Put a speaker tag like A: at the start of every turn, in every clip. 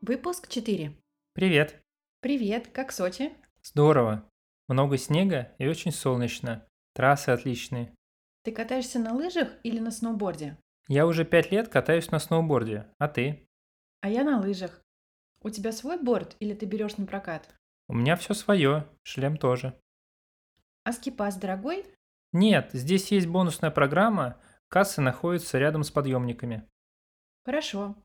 A: Выпуск 4.
B: Привет!
A: Привет, как Сочи?
B: Здорово! Много снега и очень солнечно. Трассы отличные.
A: Ты катаешься на лыжах или на сноуборде?
B: Я уже пять лет катаюсь на сноуборде, а ты?
A: А я на лыжах. У тебя свой борт или ты берешь на прокат?
B: У меня все свое, шлем тоже.
A: А скипас дорогой?
B: Нет, здесь есть бонусная программа, кассы находятся рядом с подъемниками.
A: Хорошо.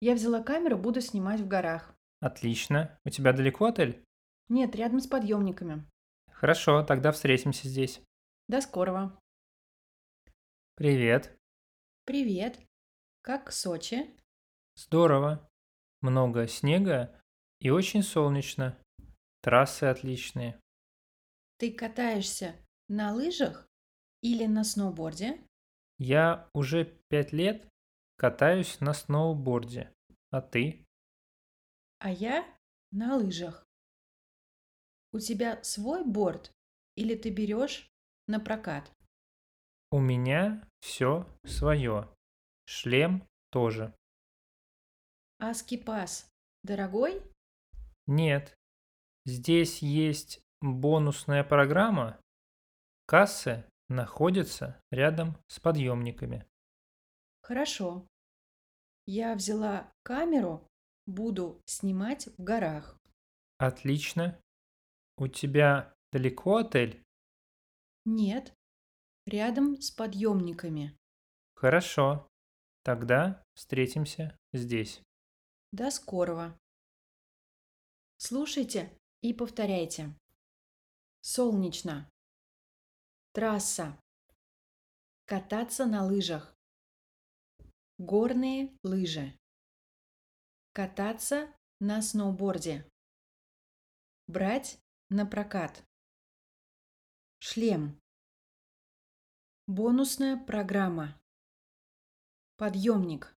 A: Я взяла камеру, буду снимать в горах.
B: Отлично. У тебя далеко отель?
A: Нет, рядом с подъемниками.
B: Хорошо, тогда встретимся здесь.
A: До скорого.
B: Привет.
A: Привет. Как Сочи?
B: Здорово. Много снега и очень солнечно. Трассы отличные.
A: Ты катаешься на лыжах или на сноуборде?
B: Я уже пять лет катаюсь на сноуборде. А ты?
A: А я на лыжах. У тебя свой борт или ты берешь на прокат?
B: У меня все свое. Шлем тоже.
A: А скипас дорогой?
B: Нет. Здесь есть бонусная программа. Кассы находятся рядом с подъемниками.
A: Хорошо. Я взяла камеру, буду снимать в горах.
B: Отлично. У тебя далеко отель?
A: Нет, рядом с подъемниками.
B: Хорошо. Тогда встретимся здесь.
A: До скорого. Слушайте и повторяйте. Солнечно. Трасса. Кататься на лыжах. Горные лыжи. Кататься на сноуборде. Брать на прокат. Шлем. Бонусная программа. Подъемник.